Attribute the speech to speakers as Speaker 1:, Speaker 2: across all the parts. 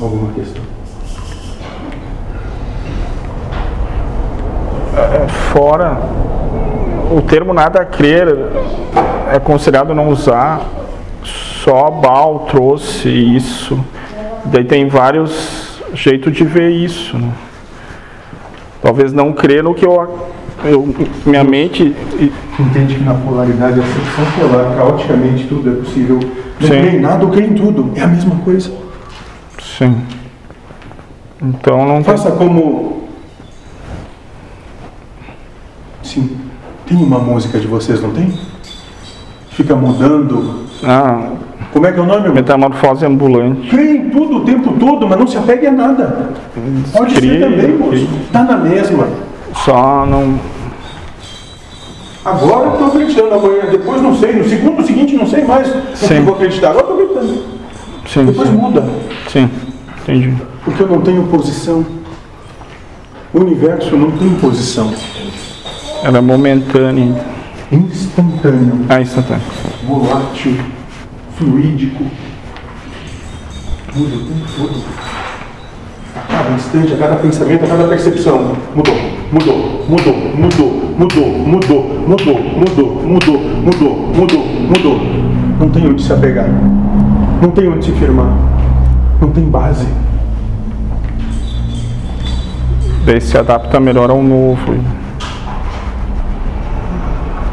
Speaker 1: Alguma questão?
Speaker 2: É, fora o termo nada a crer é considerado não usar só Baal trouxe isso daí tem vários jeitos de ver isso né? talvez não crer no que eu, eu minha mente
Speaker 1: Entende que na polaridade, a secção polar, caoticamente tudo é possível. Não
Speaker 2: Sim.
Speaker 1: crê em nada ou crê em tudo. É a mesma coisa.
Speaker 2: sim então não tem-
Speaker 1: Faça como. Sim. Tem uma música de vocês, não tem? Fica mudando.
Speaker 2: ah,
Speaker 1: Como é que é o nome? irmão?
Speaker 2: metamorfose ambulante
Speaker 1: Crê em tudo o tempo todo, mas não se apegue a nada. Pode
Speaker 2: Crê,
Speaker 1: ser também, moço.
Speaker 2: crê.
Speaker 1: Tá na mesma.
Speaker 2: só não
Speaker 1: Agora eu estou acreditando, amanhã depois não sei, no segundo seguinte não sei mais o que
Speaker 2: Sim.
Speaker 1: eu vou acreditar. Agora estou acreditando.
Speaker 2: sim
Speaker 1: Depois
Speaker 2: sim,
Speaker 1: muda,
Speaker 2: sim entendi
Speaker 1: porque eu não tenho posição. O universo não tem posição.
Speaker 2: era é momentânea
Speaker 1: Instantâneo,
Speaker 2: ah instantâneo
Speaker 1: volátil, fluídico. Muda o tempo todo. A cada instante, a cada pensamento, a cada percepção. Mudou, mudou, mudou, mudou, mudou, mudou, mudou, mudou, mudou, mudou, mudou, mudou. Não tem onde se apegar. Não tem onde se firmar. Não tem base.
Speaker 2: Daí se adapta melhor ao novo.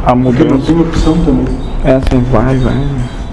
Speaker 2: A
Speaker 1: Porque não
Speaker 2: mudança.
Speaker 1: tem opção também.
Speaker 2: É assim, vai, vai.